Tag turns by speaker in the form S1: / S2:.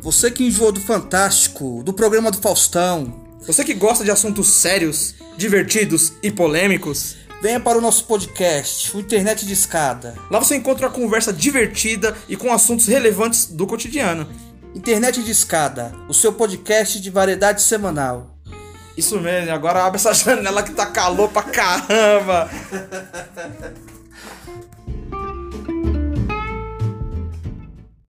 S1: Você que enjoou do Fantástico, do programa do Faustão,
S2: Você que gosta de assuntos sérios, divertidos e polêmicos,
S1: venha para o nosso podcast, o Internet de Escada.
S2: lá você encontra uma conversa divertida e com assuntos relevantes do cotidiano.
S1: Internet de Escada, o seu podcast de variedade semanal.
S2: Isso mesmo, agora abre essa janela que tá calor pra caramba.